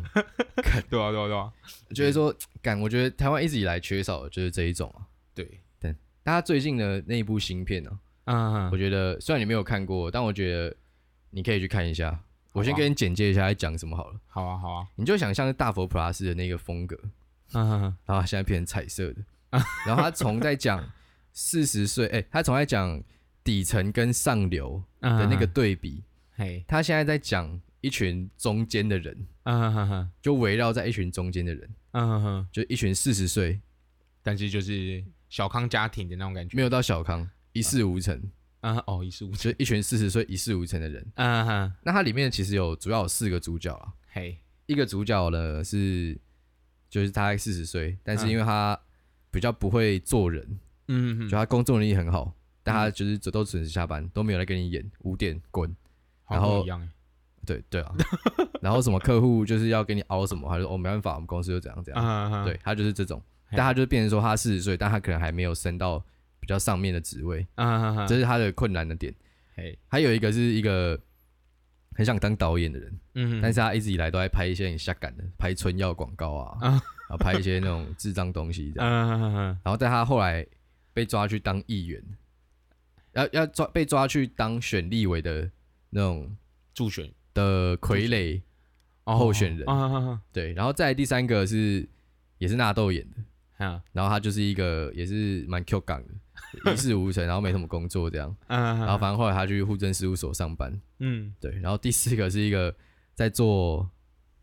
Speaker 2: 对啊对啊对啊，
Speaker 1: 就是说，感我觉得台湾一直以来缺少的就是这一种啊。
Speaker 2: 对，
Speaker 1: 但他最近的那一部新片呢、啊
Speaker 2: 嗯
Speaker 1: 我觉得虽然你没有看过，但我觉得你可以去看一下。我先给你简介一下在讲什么好了，
Speaker 2: 好啊好啊，
Speaker 1: 你就想象是大佛普拉斯的那个风格，
Speaker 2: 嗯
Speaker 1: 然后他现在变成彩色的。然后他从在讲四十岁，哎、他从在讲底层跟上流
Speaker 2: 嗯
Speaker 1: 的那个，对比，
Speaker 2: 嘿，
Speaker 1: 他现在在讲一群中间的人，
Speaker 2: 嗯哼哼，
Speaker 1: 就围绕在一群中间的人，
Speaker 2: 嗯哼哼，
Speaker 1: 就一群四十岁
Speaker 2: 但是就是小康家庭的那种感觉，
Speaker 1: 没有到小康，一事无成，
Speaker 2: 啊，哦，一事无成，
Speaker 1: 就一群四十岁一事无成的人。
Speaker 2: 嗯哼，
Speaker 1: 那它里面其实有主要有四个主角啊，
Speaker 2: 嘿，
Speaker 1: 一个主角呢是就是他四十岁，但是因为他比较不会做人，
Speaker 2: 嗯
Speaker 1: 就
Speaker 2: 哼，
Speaker 1: 他工作能力很好，但他就是都都准时下班，都没有来跟你演，五点滚。
Speaker 2: 好
Speaker 1: 然
Speaker 2: 像
Speaker 1: 后
Speaker 2: 跟我一样欸，
Speaker 1: 对对 啊，然后什么客户就是要跟你凹什么，他就说哦没办法，我们公司就怎样怎样。
Speaker 2: 嗯哼，
Speaker 1: 对，他就是这种，
Speaker 2: 嘿
Speaker 1: 但他就变成说他四十岁，但他可能还没有升到比较上面的职位，
Speaker 2: 嗯哼哼，
Speaker 1: 这是他的困难的点。
Speaker 2: 嘿，
Speaker 1: 还有一个是一个很想当导演的人，
Speaker 2: 嗯，
Speaker 1: 但是他一直以来都在拍一些很下感的，拍春药广告啊，
Speaker 2: 啊
Speaker 1: 然后拍一些那种智障东西这样。
Speaker 2: 嗯哼哼，
Speaker 1: 然后在他后来被抓去当议员，要要抓被抓去当选立委的那种
Speaker 2: 助选
Speaker 1: 的傀儡，
Speaker 2: 哦
Speaker 1: 候选人
Speaker 2: 嗯哼哼
Speaker 1: 对。然后再来第三个是也是纳豆演的，
Speaker 2: 哼，
Speaker 1: 然后他就是一个也是蛮 Q 港的，一事无成，然后没什么工作这样。
Speaker 2: 嗯
Speaker 1: 然
Speaker 2: 哼
Speaker 1: 后
Speaker 2: 哼，
Speaker 1: 反正后来他去户政事务所上班，
Speaker 2: 嗯，
Speaker 1: 对。然后第四个是一个在做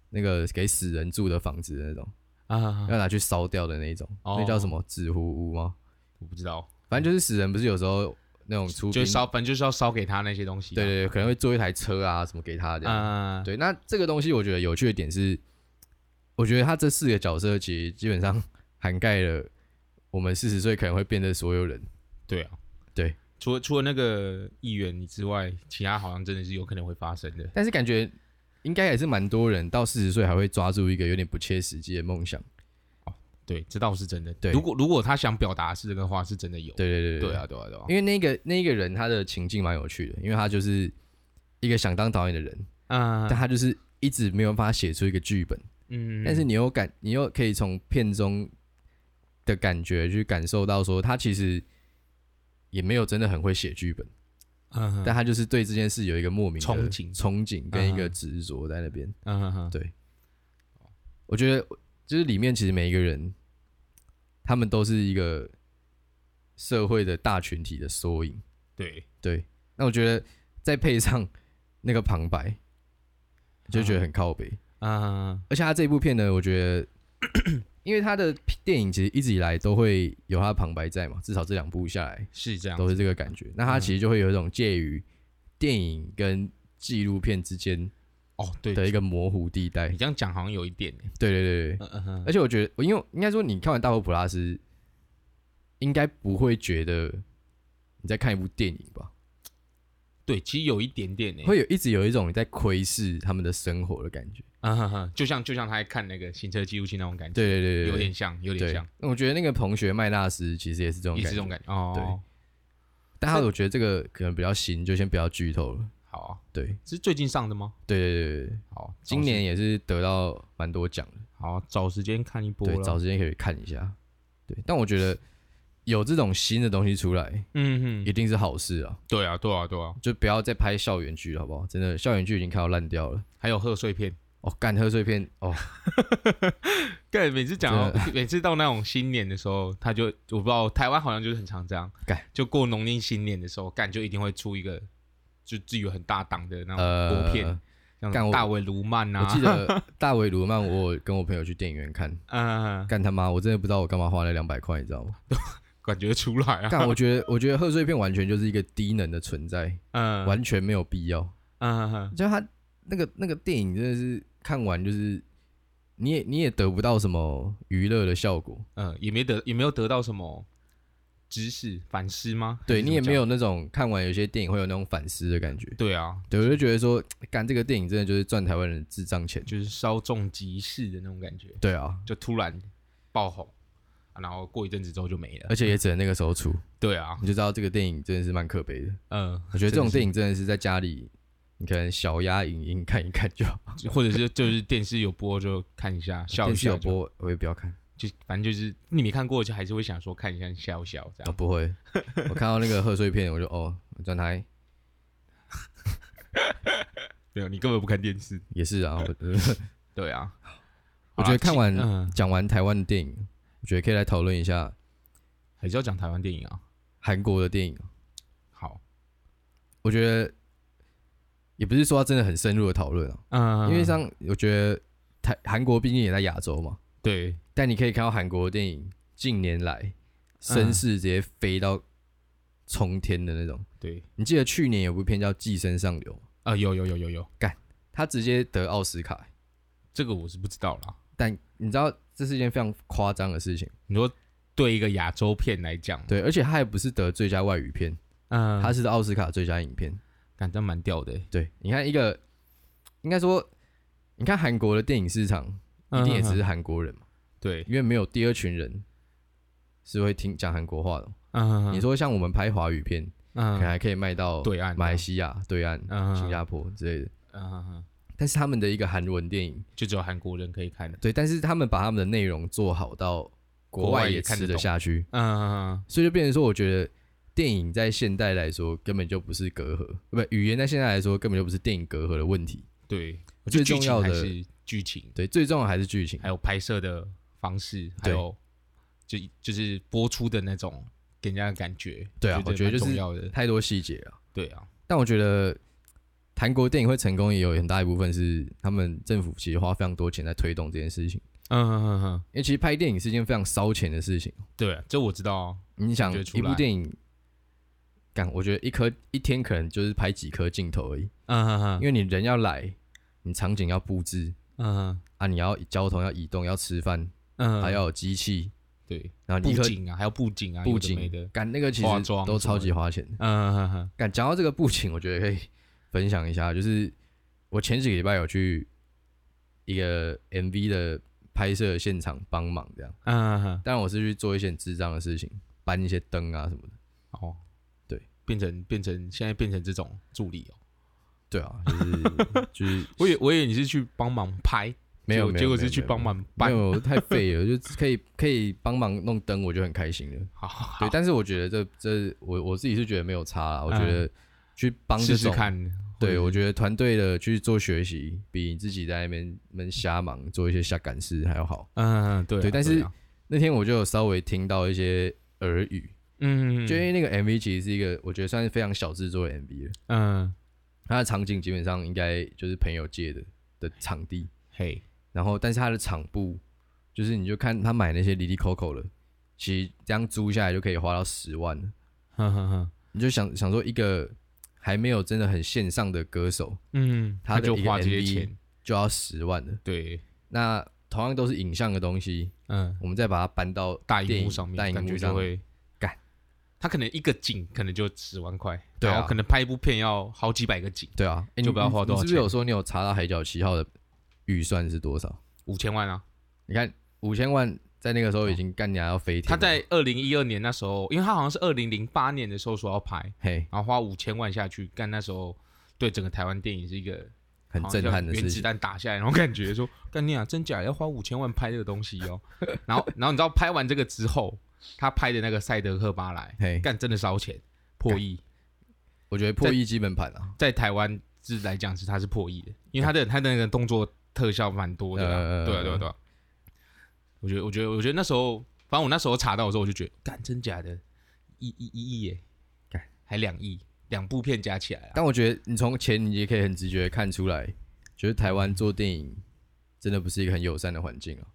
Speaker 1: 那个给死人住的房子的那种。
Speaker 2: 啊哈哈，
Speaker 1: 要拿去烧掉的那一种，
Speaker 2: 哦
Speaker 1: 那叫什么纸糊屋吗？
Speaker 2: 我不知道，
Speaker 1: 反正就是死人不是有时候那种出
Speaker 2: 就
Speaker 1: 殡，
Speaker 2: 是烧，反正就是要烧给他那些东西啊，
Speaker 1: 对对对，可能会做一台车啊什么给他这样。
Speaker 2: 嗯，
Speaker 1: 对，那这个东西我觉得有趣的点是，我觉得他这四个角色其实基本上涵盖了我们四十岁可能会变得所有人。
Speaker 2: 对啊，
Speaker 1: 对，
Speaker 2: 除了除了那个议员之外，其他好像真的是有可能会发生的。
Speaker 1: 但是感觉应该也是蛮多人到四十岁还会抓住一个有点不切实际的梦想。
Speaker 2: 对，这倒是真的。
Speaker 1: 对
Speaker 2: 如果如果他想表达是这个话，是真的有。
Speaker 1: 对对对
Speaker 2: 对啊，对啊，对啊。
Speaker 1: 因为那个那个人他的情境蛮有趣的，因为他就是一个想当导演的人，
Speaker 2: 嗯
Speaker 1: 但他就是一直没有办法写出一个剧本。
Speaker 2: 嗯，
Speaker 1: 但是你又感，你又可以从片中的感觉去感受到说，他其实也没有真的很会写剧本，
Speaker 2: 嗯
Speaker 1: 但他就是对这件事有一个莫名的
Speaker 2: 憧憬
Speaker 1: 憧憬跟一个
Speaker 2: 嗯
Speaker 1: 执着在那边。
Speaker 2: 嗯哼
Speaker 1: 对我觉得就是里面其实每一个人，他们都是一个社会的大群体的缩影。
Speaker 2: 对，
Speaker 1: 对，那我觉得再配上那个旁白，就觉得很靠北。
Speaker 2: 嗯
Speaker 1: 而且他这部片呢，我觉得， 因为他的电影其实一直以来都会有他的旁白在嘛，至少这两部下来
Speaker 2: 是这样嗯
Speaker 1: 都。是这个感觉。那他其实就会有一种介于电影跟纪录片之间
Speaker 2: 哦，对，
Speaker 1: 的一个模糊地带
Speaker 2: 你。这样讲好像有一点欸。
Speaker 1: 对对对对，
Speaker 2: 嗯嗯哼
Speaker 1: 而且我觉得，我因为应该说你看完《大佛普拉斯》，应该不会觉得你在看一部电影吧？
Speaker 2: 对，其实有一点点欸诶。
Speaker 1: 会有一直有一种你在窥视他们的生活的感觉。
Speaker 2: 嗯哼哼，就像就像他在看那个行车记录器那种感觉，
Speaker 1: 对对对对对，
Speaker 2: 有点像，有点
Speaker 1: 对
Speaker 2: 像，。
Speaker 1: 那我觉得那个同学麦纳斯其实也是这种
Speaker 2: 也
Speaker 1: 感觉
Speaker 2: 是这。种感觉。哦，
Speaker 1: 但他我觉得这个可能比较新，就先不要剧透了。
Speaker 2: 好啊，
Speaker 1: 对
Speaker 2: 是最近上的吗？
Speaker 1: 对对对对对，
Speaker 2: 好，
Speaker 1: 今年也是得到蛮多奖的，
Speaker 2: 好找时间看一波
Speaker 1: 对，找
Speaker 2: 了。
Speaker 1: 时间可以看一下。对，但我觉得有这种新的东西出来，
Speaker 2: 嗯
Speaker 1: 一
Speaker 2: 哼，
Speaker 1: 定是好事啊！
Speaker 2: 对啊，对啊，对啊，
Speaker 1: 就不要再拍校园剧了，好不好？真的，校园剧已经看到烂掉了。
Speaker 2: 还有贺岁片。
Speaker 1: 哦，干贺岁片哦，
Speaker 2: 对，每次讲到 每次到那种新年的时候，他就我不知道台湾好像就是很常这样
Speaker 1: 干，
Speaker 2: 就过农历新年的时候，干就一定会出一个就自己有很大档的那种
Speaker 1: 呃
Speaker 2: 国，片，啊像
Speaker 1: 干我
Speaker 2: 大卫卢曼呐，
Speaker 1: 我记得大卫卢曼，我有跟我朋友去电影院看，
Speaker 2: 嗯，
Speaker 1: 干他妈，我真的不知道我干嘛花那两百块，你知道吗？
Speaker 2: 感觉出来啊，
Speaker 1: 干，我觉得我觉得贺岁片完全就是一个低能的存在，
Speaker 2: 嗯，
Speaker 1: 完全没有必要。
Speaker 2: 嗯嗯
Speaker 1: 就他那个那个电影真的是看完就是，你也你也得不到什么娱乐的效果，
Speaker 2: 嗯，也没得也没有得到什么知识反思吗？
Speaker 1: 对
Speaker 2: 还是
Speaker 1: 你也
Speaker 2: 怎么
Speaker 1: 没有那种看完有些电影会有那种反思的感觉。
Speaker 2: 讲对啊，
Speaker 1: 对，我就觉得说，干这个电影真的就是赚台湾人的智障钱。
Speaker 2: 就是稍纵即逝的那种感觉，
Speaker 1: 对啊，
Speaker 2: 就突然爆红，啊然后过一阵子之后就没了
Speaker 1: 而。且也只能那个时候出，
Speaker 2: 对啊，
Speaker 1: 你就知道这个电影真的是蛮可悲的。
Speaker 2: 嗯，
Speaker 1: 我觉得这种
Speaker 2: 真的是
Speaker 1: 电影真的是在家里，你可能小压影音看一看就好。
Speaker 2: 或者是就是电视有播就看一 下，笑一
Speaker 1: 电视
Speaker 2: 笑
Speaker 1: 有
Speaker 2: 就，
Speaker 1: 播我也不要看，
Speaker 2: 就反正就是你没看过，就还是会想说看一下笑一笑这
Speaker 1: 我
Speaker 2: 样。
Speaker 1: 哦不会。我看到那个贺岁片，我就哦，转台
Speaker 2: 没有，你根本不看电视。
Speaker 1: 也是啊，我
Speaker 2: 对啊，
Speaker 1: 我觉得
Speaker 2: 好啦
Speaker 1: 看完
Speaker 2: 嗯，
Speaker 1: 讲完台湾的电影，我觉得可以来讨论一下
Speaker 2: 还是要讲台湾电影啊。
Speaker 1: 韩国的电影。
Speaker 2: 好，
Speaker 1: 我觉得也不是说要真的很深入的讨论啊，
Speaker 2: 嗯，
Speaker 1: 因为像我觉得台韩国毕竟也在亚洲嘛，
Speaker 2: 对
Speaker 1: 但你可以看到韩国的电影近年来声势直接飞到冲天的那种。
Speaker 2: 对
Speaker 1: 你记得去年有部片叫《寄生上流》吗，
Speaker 2: 啊，有有有有有，
Speaker 1: 它直接得奥斯卡欸、
Speaker 2: 这个我是不知道啦。
Speaker 1: 但你知道这是一件非常夸张的事情，
Speaker 2: 你说对一个亚洲片来讲，，
Speaker 1: 对，而且它还不是得最佳外语片，
Speaker 2: 嗯，
Speaker 1: 它是奥斯卡最佳影片。
Speaker 2: 感觉蛮屌的欸，
Speaker 1: 对，你看一个，应该说，你看韩国的电影市场一定也只
Speaker 2: 嗯嗯
Speaker 1: 是
Speaker 2: 嗯
Speaker 1: 韩国人嘛，
Speaker 2: 对，
Speaker 1: 因为没有第二群人是会听讲韩国话的。
Speaker 2: 嗯，
Speaker 1: 你说像我们拍华语片，可能
Speaker 2: 嗯，
Speaker 1: 还可以卖到
Speaker 2: 对岸的
Speaker 1: 马来西亚对岸、
Speaker 2: 嗯
Speaker 1: 新加坡之类的，
Speaker 2: 嗯嗯嗯，
Speaker 1: 但是他们的一个韩文电影，
Speaker 2: 就只有韩国人可以看的，
Speaker 1: 对，但是他们把他们的内容做好到国
Speaker 2: 国外
Speaker 1: 外
Speaker 2: 也
Speaker 1: 也
Speaker 2: 看
Speaker 1: 吃
Speaker 2: 得
Speaker 1: 得
Speaker 2: 懂
Speaker 1: 下去，
Speaker 2: 嗯嗯嗯
Speaker 1: 所以就变成说，我觉得电影在现代来说根本就不是隔阂，不，语言在现在来说根本就不是电影隔阂的问题。
Speaker 2: 对，我
Speaker 1: 最
Speaker 2: 觉得剧
Speaker 1: 重
Speaker 2: 情
Speaker 1: 要
Speaker 2: 还
Speaker 1: 的
Speaker 2: 是剧情，
Speaker 1: 对，最重要的还是剧情。
Speaker 2: 还有拍摄的方式，还
Speaker 1: 对
Speaker 2: 有就就是播出的那种给人家的感觉，
Speaker 1: 对啊我觉得
Speaker 2: 蛮
Speaker 1: 就是
Speaker 2: 重要的，
Speaker 1: 太多细节了。
Speaker 2: 对啊，
Speaker 1: 但我觉得韩国电影会成功，也有很大一部分是他们政府其实花非常多钱在推动这件事情。
Speaker 2: 嗯嗯嗯嗯，
Speaker 1: 因为其实拍电影是一件非常烧钱的事情。
Speaker 2: 对啊，这我知道啊，
Speaker 1: 你想
Speaker 2: 感觉出
Speaker 1: 一
Speaker 2: 来
Speaker 1: 部电影，干，我觉得一颗一天可能就是拍几颗镜头而已，
Speaker 2: 嗯嗯嗯，
Speaker 1: 因为你人要来，你场景要布置
Speaker 2: 嗯
Speaker 1: 啊，你要交通要移动要吃饭，
Speaker 2: 嗯，
Speaker 1: 还要有机器，
Speaker 2: 对
Speaker 1: 然后
Speaker 2: 布
Speaker 1: 你一颗
Speaker 2: 景啊，还有布景啊，
Speaker 1: 布
Speaker 2: 有的没
Speaker 1: 景
Speaker 2: 的，
Speaker 1: 干那个其
Speaker 2: 化
Speaker 1: 实
Speaker 2: 妆
Speaker 1: 都
Speaker 2: 什么
Speaker 1: 超级花钱的。
Speaker 2: 嗯嗯嗯
Speaker 1: 干讲到这个布景，我觉得可以分享一下，就是我前几个礼拜有去一个 MV 的拍摄现场帮忙，这样，
Speaker 2: 嗯嗯，
Speaker 1: 当然我是去做一些很智障的事情，搬一些灯啊什么的。
Speaker 2: 哦，
Speaker 1: 对，
Speaker 2: 变成变成现在变成这种助理哦，
Speaker 1: 对啊， 就是就是
Speaker 2: 我以为我以为你是去帮忙拍，
Speaker 1: 没有
Speaker 2: 结果
Speaker 1: 没有
Speaker 2: 结果
Speaker 1: 没
Speaker 2: 是
Speaker 1: 有
Speaker 2: 去帮忙
Speaker 1: 没
Speaker 2: 搬，
Speaker 1: 有太废 了，就可以可以帮忙弄灯，我就很开心了。
Speaker 2: 好好
Speaker 1: 对，
Speaker 2: 好，
Speaker 1: 但是我觉得这这我我自己是觉得没有差啦，我觉得去帮这
Speaker 2: 嗯试试
Speaker 1: 种，
Speaker 2: 看，或者
Speaker 1: 对
Speaker 2: 是
Speaker 1: 我觉得团队的去做学习，比你自己在那边闷瞎忙做一些瞎赶事还要好。
Speaker 2: 嗯嗯对啊
Speaker 1: 对但是
Speaker 2: 啊
Speaker 1: 那天我就有稍微听到一些耳语，
Speaker 2: 嗯嗯
Speaker 1: 就因为那个 MV 其实是一个我觉得算是非常小制作的 MV 了，
Speaker 2: 嗯
Speaker 1: 它的场景基本上应该就是朋友借的的场地，
Speaker 2: 嘿
Speaker 1: 然后但是它的场布就是你就看他买那些 Lily Coco 的，其实这样租下来就可以花到十万了，
Speaker 2: 哼
Speaker 1: 嗯
Speaker 2: 哼哼。
Speaker 1: 你就想想说一个还没有真的很线上的歌手
Speaker 2: 嗯，
Speaker 1: 他
Speaker 2: 他
Speaker 1: 的
Speaker 2: 就
Speaker 1: 一个
Speaker 2: 花这些
Speaker 1: MV
Speaker 2: 钱，
Speaker 1: 就要十万了，
Speaker 2: 对，
Speaker 1: 那同样都是影像的东西，
Speaker 2: 嗯，
Speaker 1: 我们再把它搬到
Speaker 2: 大
Speaker 1: 电
Speaker 2: 荧幕
Speaker 1: 影
Speaker 2: 上面，
Speaker 1: 大荧
Speaker 2: 感
Speaker 1: 幕
Speaker 2: 觉
Speaker 1: 上
Speaker 2: 就会
Speaker 1: 干。
Speaker 2: 他可能一个景可能就十万块，
Speaker 1: 对啊
Speaker 2: 然后可能拍一部片要好几百个景，
Speaker 1: 对啊，欸、
Speaker 2: 就
Speaker 1: 你
Speaker 2: 不知道花多少
Speaker 1: 你是不是
Speaker 2: 钱
Speaker 1: 有说你有查到《海角七号》的预算是多少？
Speaker 2: 五千万啊！
Speaker 1: 你看五千万在那个时候已经干娘要飞天
Speaker 2: 哦他
Speaker 1: 了，
Speaker 2: 在二零一二年那时候，因为他好像是二零零八年的时候说要拍，
Speaker 1: 嘿
Speaker 2: 然后花五千万下去干，那时候对整个台湾电影是一个
Speaker 1: 很震撼的事
Speaker 2: 好像原子
Speaker 1: 情。
Speaker 2: 弹打下来，然后感觉说，干你啊，真假要花五千万拍这个东西哦。 然后，然后你知道拍完这个之后，他拍的那个《赛德克巴莱
Speaker 1: 嘿》，
Speaker 2: 干真的烧钱，破亿，
Speaker 1: 我觉得破亿基本盘啊，
Speaker 2: 在台湾是来讲是他是破亿的，因为他的他的那个动作特效蛮多的啦，
Speaker 1: 呃
Speaker 2: 对啊对啊对啊。我觉得我觉得我觉得那时候，反正我那时候查到的时候，我就觉得，干真假的，一一一亿耶
Speaker 1: 干，
Speaker 2: 还两亿，两部片加起来啊，
Speaker 1: 但我觉得你从钱你也可以很直觉地看出来，觉得台湾做电影真的不是一个很友善的环境啊。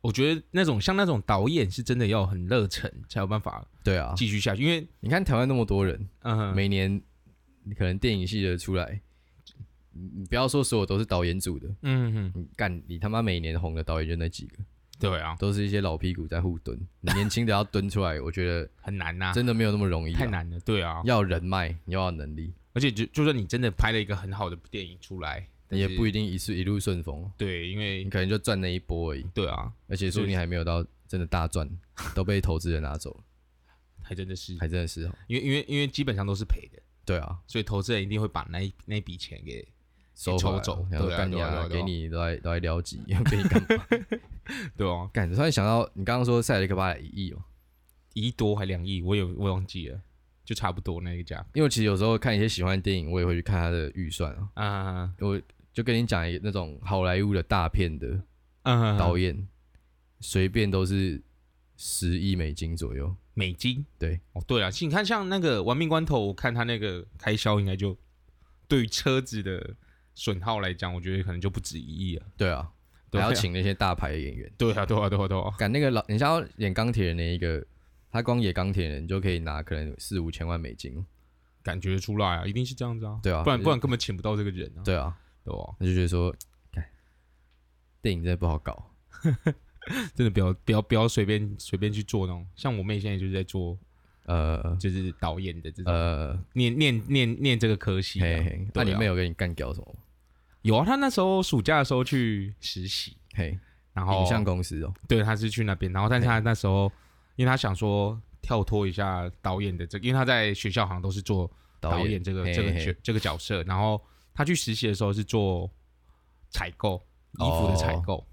Speaker 2: 我觉得那种像那种导演是真的要很热忱才有办法
Speaker 1: 对啊，
Speaker 2: 继续下去，因为
Speaker 1: 你看台湾那么多人，
Speaker 2: 嗯，
Speaker 1: 每年可能电影系的出来，你你不要说所有都是导演组的，
Speaker 2: 嗯哼，
Speaker 1: 你干你他妈每年红的导演就那几个，
Speaker 2: 对啊，
Speaker 1: 都是一些老屁股在互 蹲，你年轻的要蹲出来，我觉得
Speaker 2: 很难呐、
Speaker 1: 真的没有那么容易、啊，
Speaker 2: 太，难了，对啊，
Speaker 1: 要有人脉，你要有能力，
Speaker 2: 而且就就算你真的拍了一个很好的电影出来，但
Speaker 1: 你也
Speaker 2: 是
Speaker 1: 不一定一次一路顺风，哦
Speaker 2: 对，因为
Speaker 1: 你可能就赚那一波而已，
Speaker 2: 对啊，
Speaker 1: 而且说不定还没有到真的大赚，都被投资人拿 走了，
Speaker 2: 还真的是，
Speaker 1: 还真的是哦，
Speaker 2: 因为因为因为基本上都是赔的，
Speaker 1: 对啊，
Speaker 2: 所以投资人一定会把那一那笔钱给
Speaker 1: 收
Speaker 2: 抽
Speaker 1: 回来
Speaker 2: 走
Speaker 1: 然后
Speaker 2: 对啊
Speaker 1: 干
Speaker 2: 对啊对啊
Speaker 1: 呀，
Speaker 2: 对啊
Speaker 1: 给你都来都来撩几， 要给你干嘛？
Speaker 2: 对哦、啊，
Speaker 1: 干，突然想到你刚刚说塞雷克巴莱一亿哦嘛，
Speaker 2: 一亿多还两亿，我有我忘记了，就差不多那个价
Speaker 1: 因为我其实有时候看一些喜欢的电影，我也会去看它的预算啊。
Speaker 2: 啊
Speaker 1: 我就跟你讲一个那种好莱坞的大片的，
Speaker 2: 啊嗯，
Speaker 1: 导演，随便都是十亿美金左右。
Speaker 2: 美金。
Speaker 1: 对，
Speaker 2: 哦，对了，其实你看像那个《玩命关头》，我看他那个开销应该就对于车子的损耗来讲，我觉得可能就不止一亿啊。
Speaker 1: 对啊，还
Speaker 2: 对啊
Speaker 1: 要请那些大牌演员。
Speaker 2: 对啊，对啊，对啊，对啊，
Speaker 1: 赶那个老，你像要演钢铁人那一个，他光演钢铁人就可以拿可能四五千万美金。
Speaker 2: 感觉出来啊，一定是这样子啊。
Speaker 1: 对啊
Speaker 2: 不然
Speaker 1: 就是
Speaker 2: 不然根本请不到这个人啊。
Speaker 1: 对啊，
Speaker 2: 对吧？
Speaker 1: 那就觉得说，看电影真的不好搞。
Speaker 2: 真的不要不要不要随便随便去做那种，像我妹现在就是在做
Speaker 1: 呃
Speaker 2: 就是导演的这种，
Speaker 1: 呃，
Speaker 2: 念念念念这个科系啊、
Speaker 1: 嘿嘿，那、
Speaker 2: 对啊
Speaker 1: 你妹有跟你干屌什么吗？
Speaker 2: 有啊，她那时候暑假的时候去实习，
Speaker 1: 嘿，
Speaker 2: 然后
Speaker 1: 影像公司哦、
Speaker 2: 对，她是去那边，然后但是她那时候，因为她想说跳脱一下导演的这个，因为她在学校好像都是做导演这个这个
Speaker 1: 嘿嘿
Speaker 2: 角这个角色，然后她去实习的时候是做采购衣服的采购，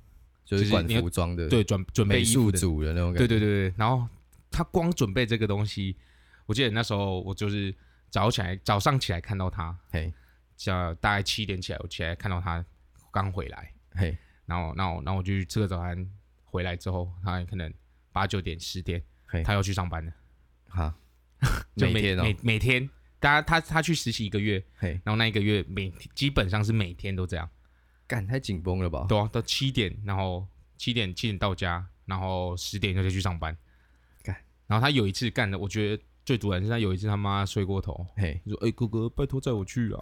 Speaker 1: 就
Speaker 2: 就是是
Speaker 1: 管
Speaker 2: 你要
Speaker 1: 服装的，
Speaker 2: 对，准准
Speaker 1: 哦
Speaker 2: 备
Speaker 1: 美
Speaker 2: 衣服
Speaker 1: 术
Speaker 2: 的
Speaker 1: 组的那种感
Speaker 2: 对
Speaker 1: 觉。
Speaker 2: 对对对，然后他光准备这个东西，我记得那时候我就是早起来，早上起来看到他，
Speaker 1: 嘿，
Speaker 2: 叫大概七点起来，我起来看到他刚回来，
Speaker 1: 嘿，
Speaker 2: 然后然后然后我就去吃个早餐，回来之后他可能八九点十点
Speaker 1: 嘿，
Speaker 2: 他要去上班了，
Speaker 1: 哈，
Speaker 2: 就
Speaker 1: 每天哦、
Speaker 2: 每每天，他他他去实习一个月，
Speaker 1: 嘿，
Speaker 2: 然后那一个月每基本上是每天都这样，
Speaker 1: 干太紧绷了吧？
Speaker 2: 对啊，到七点，然后七点七点到家，然后十点就去上班。
Speaker 1: 干，
Speaker 2: 然后他有一次干的，我觉得最突然是他有一次他妈睡过头，
Speaker 1: 嘿，
Speaker 2: 他说：“哎、哥哥，拜托载我去 啊！”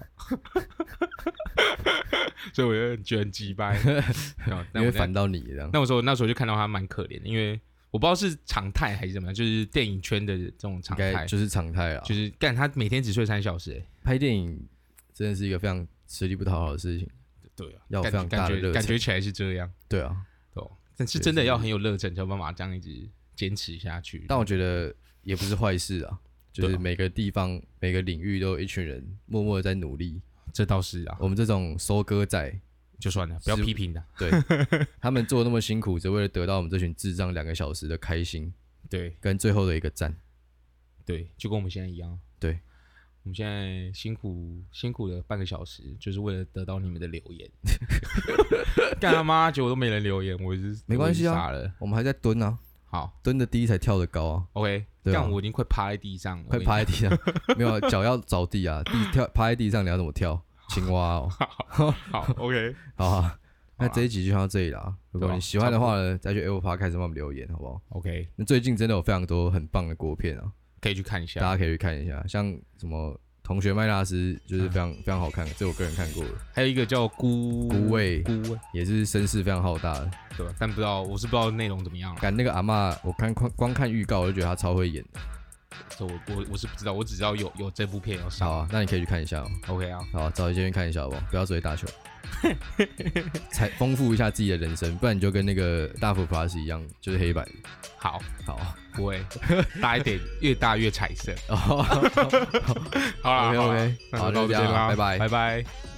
Speaker 2: 所以我就觉得很 鸡掰，对啊
Speaker 1: 因
Speaker 2: 但我
Speaker 1: 为
Speaker 2: 那
Speaker 1: 烦到你这样。
Speaker 2: 那我说那时候就看到他蛮可怜的，因为我不知道是常态还是怎么样，就是电影圈的这种
Speaker 1: 应
Speaker 2: 常
Speaker 1: 该
Speaker 2: 态，
Speaker 1: 就是常态啊。
Speaker 2: 就是干他每天只睡三小时、哎，
Speaker 1: 拍电影真的是一个非常吃力不讨好的事情。
Speaker 2: 对啊，
Speaker 1: 要有
Speaker 2: 感
Speaker 1: 非常大
Speaker 2: 感
Speaker 1: 的
Speaker 2: 觉
Speaker 1: 热
Speaker 2: 感
Speaker 1: 忱
Speaker 2: 觉起来是这样。
Speaker 1: 对啊，
Speaker 2: 对哦，但是真的要很有热忱才有办法这样一直坚持下去。
Speaker 1: 但我觉得也不是坏事啊，就
Speaker 2: 对
Speaker 1: 是
Speaker 2: 啊
Speaker 1: 每个地方、每个领域都有一群人默默的在努力。
Speaker 2: 这倒是啊，
Speaker 1: 我们这种收割仔，
Speaker 2: 就算了，不要
Speaker 1: 是
Speaker 2: 批评他。
Speaker 1: 对他们做那么辛苦，只为了得到我们这群智障两个小时的开心
Speaker 2: 对
Speaker 1: 跟最后的一个赞。
Speaker 2: 对，就跟我们现在一样。
Speaker 1: 对，
Speaker 2: 我们现在辛苦辛苦了半个小时，就是为了得到你们的留言。 干他妈，结果都没人留言，我是
Speaker 1: 没关系啊
Speaker 2: 我是傻了。
Speaker 1: 我们还在蹲啊，
Speaker 2: 好
Speaker 1: 蹲的低才跳得高啊，
Speaker 2: ，OK，
Speaker 1: 对啊
Speaker 2: 干我已经快趴在地上了，
Speaker 1: 快趴在地上，没有啊脚要着地啊，地跳趴在地上你要怎么跳？青蛙哦，
Speaker 2: 我已经。好，OK，
Speaker 1: 好啊。那这一集就先到这里啦。如果
Speaker 2: 对啊
Speaker 1: 你喜欢的话呢，再去 Apple Podcast 上帮我们留言，好不好？
Speaker 2: OK，
Speaker 1: 那最近真的有非常多很棒的国片啊，
Speaker 2: 可以去看一
Speaker 1: 大
Speaker 2: 下。
Speaker 1: 家可以去看一下，像什么《同学麦拉斯》就是非常、非常好看，这我个人看过的，
Speaker 2: 还有一个叫孤
Speaker 1: 孤味
Speaker 2: 孤味，
Speaker 1: 也是声势非常浩大的。
Speaker 2: 对吧？但不知道，我是不知道内容怎么样了。
Speaker 1: 感那个阿嬷，我看光光看预告我就觉得她超会演的。
Speaker 2: 这我我我是不知道，我只知道有有这部片要上
Speaker 1: 好。啊，那你可以去看一下、哦，
Speaker 2: OK 啊，
Speaker 1: 好，找一间去看一下好不好？不要只会 打球，才丰富一下自己的人生，不然你就跟那个大佛 plus 一样，就是黑白。
Speaker 2: 好，
Speaker 1: 好，啊
Speaker 2: 不会 大一点，越大越彩色。
Speaker 1: 哦
Speaker 2: 好啦
Speaker 1: OK，OK，
Speaker 2: 好啦那
Speaker 1: 好
Speaker 2: 就到
Speaker 1: 就这样
Speaker 2: 边啦，
Speaker 1: 拜拜
Speaker 2: 拜拜。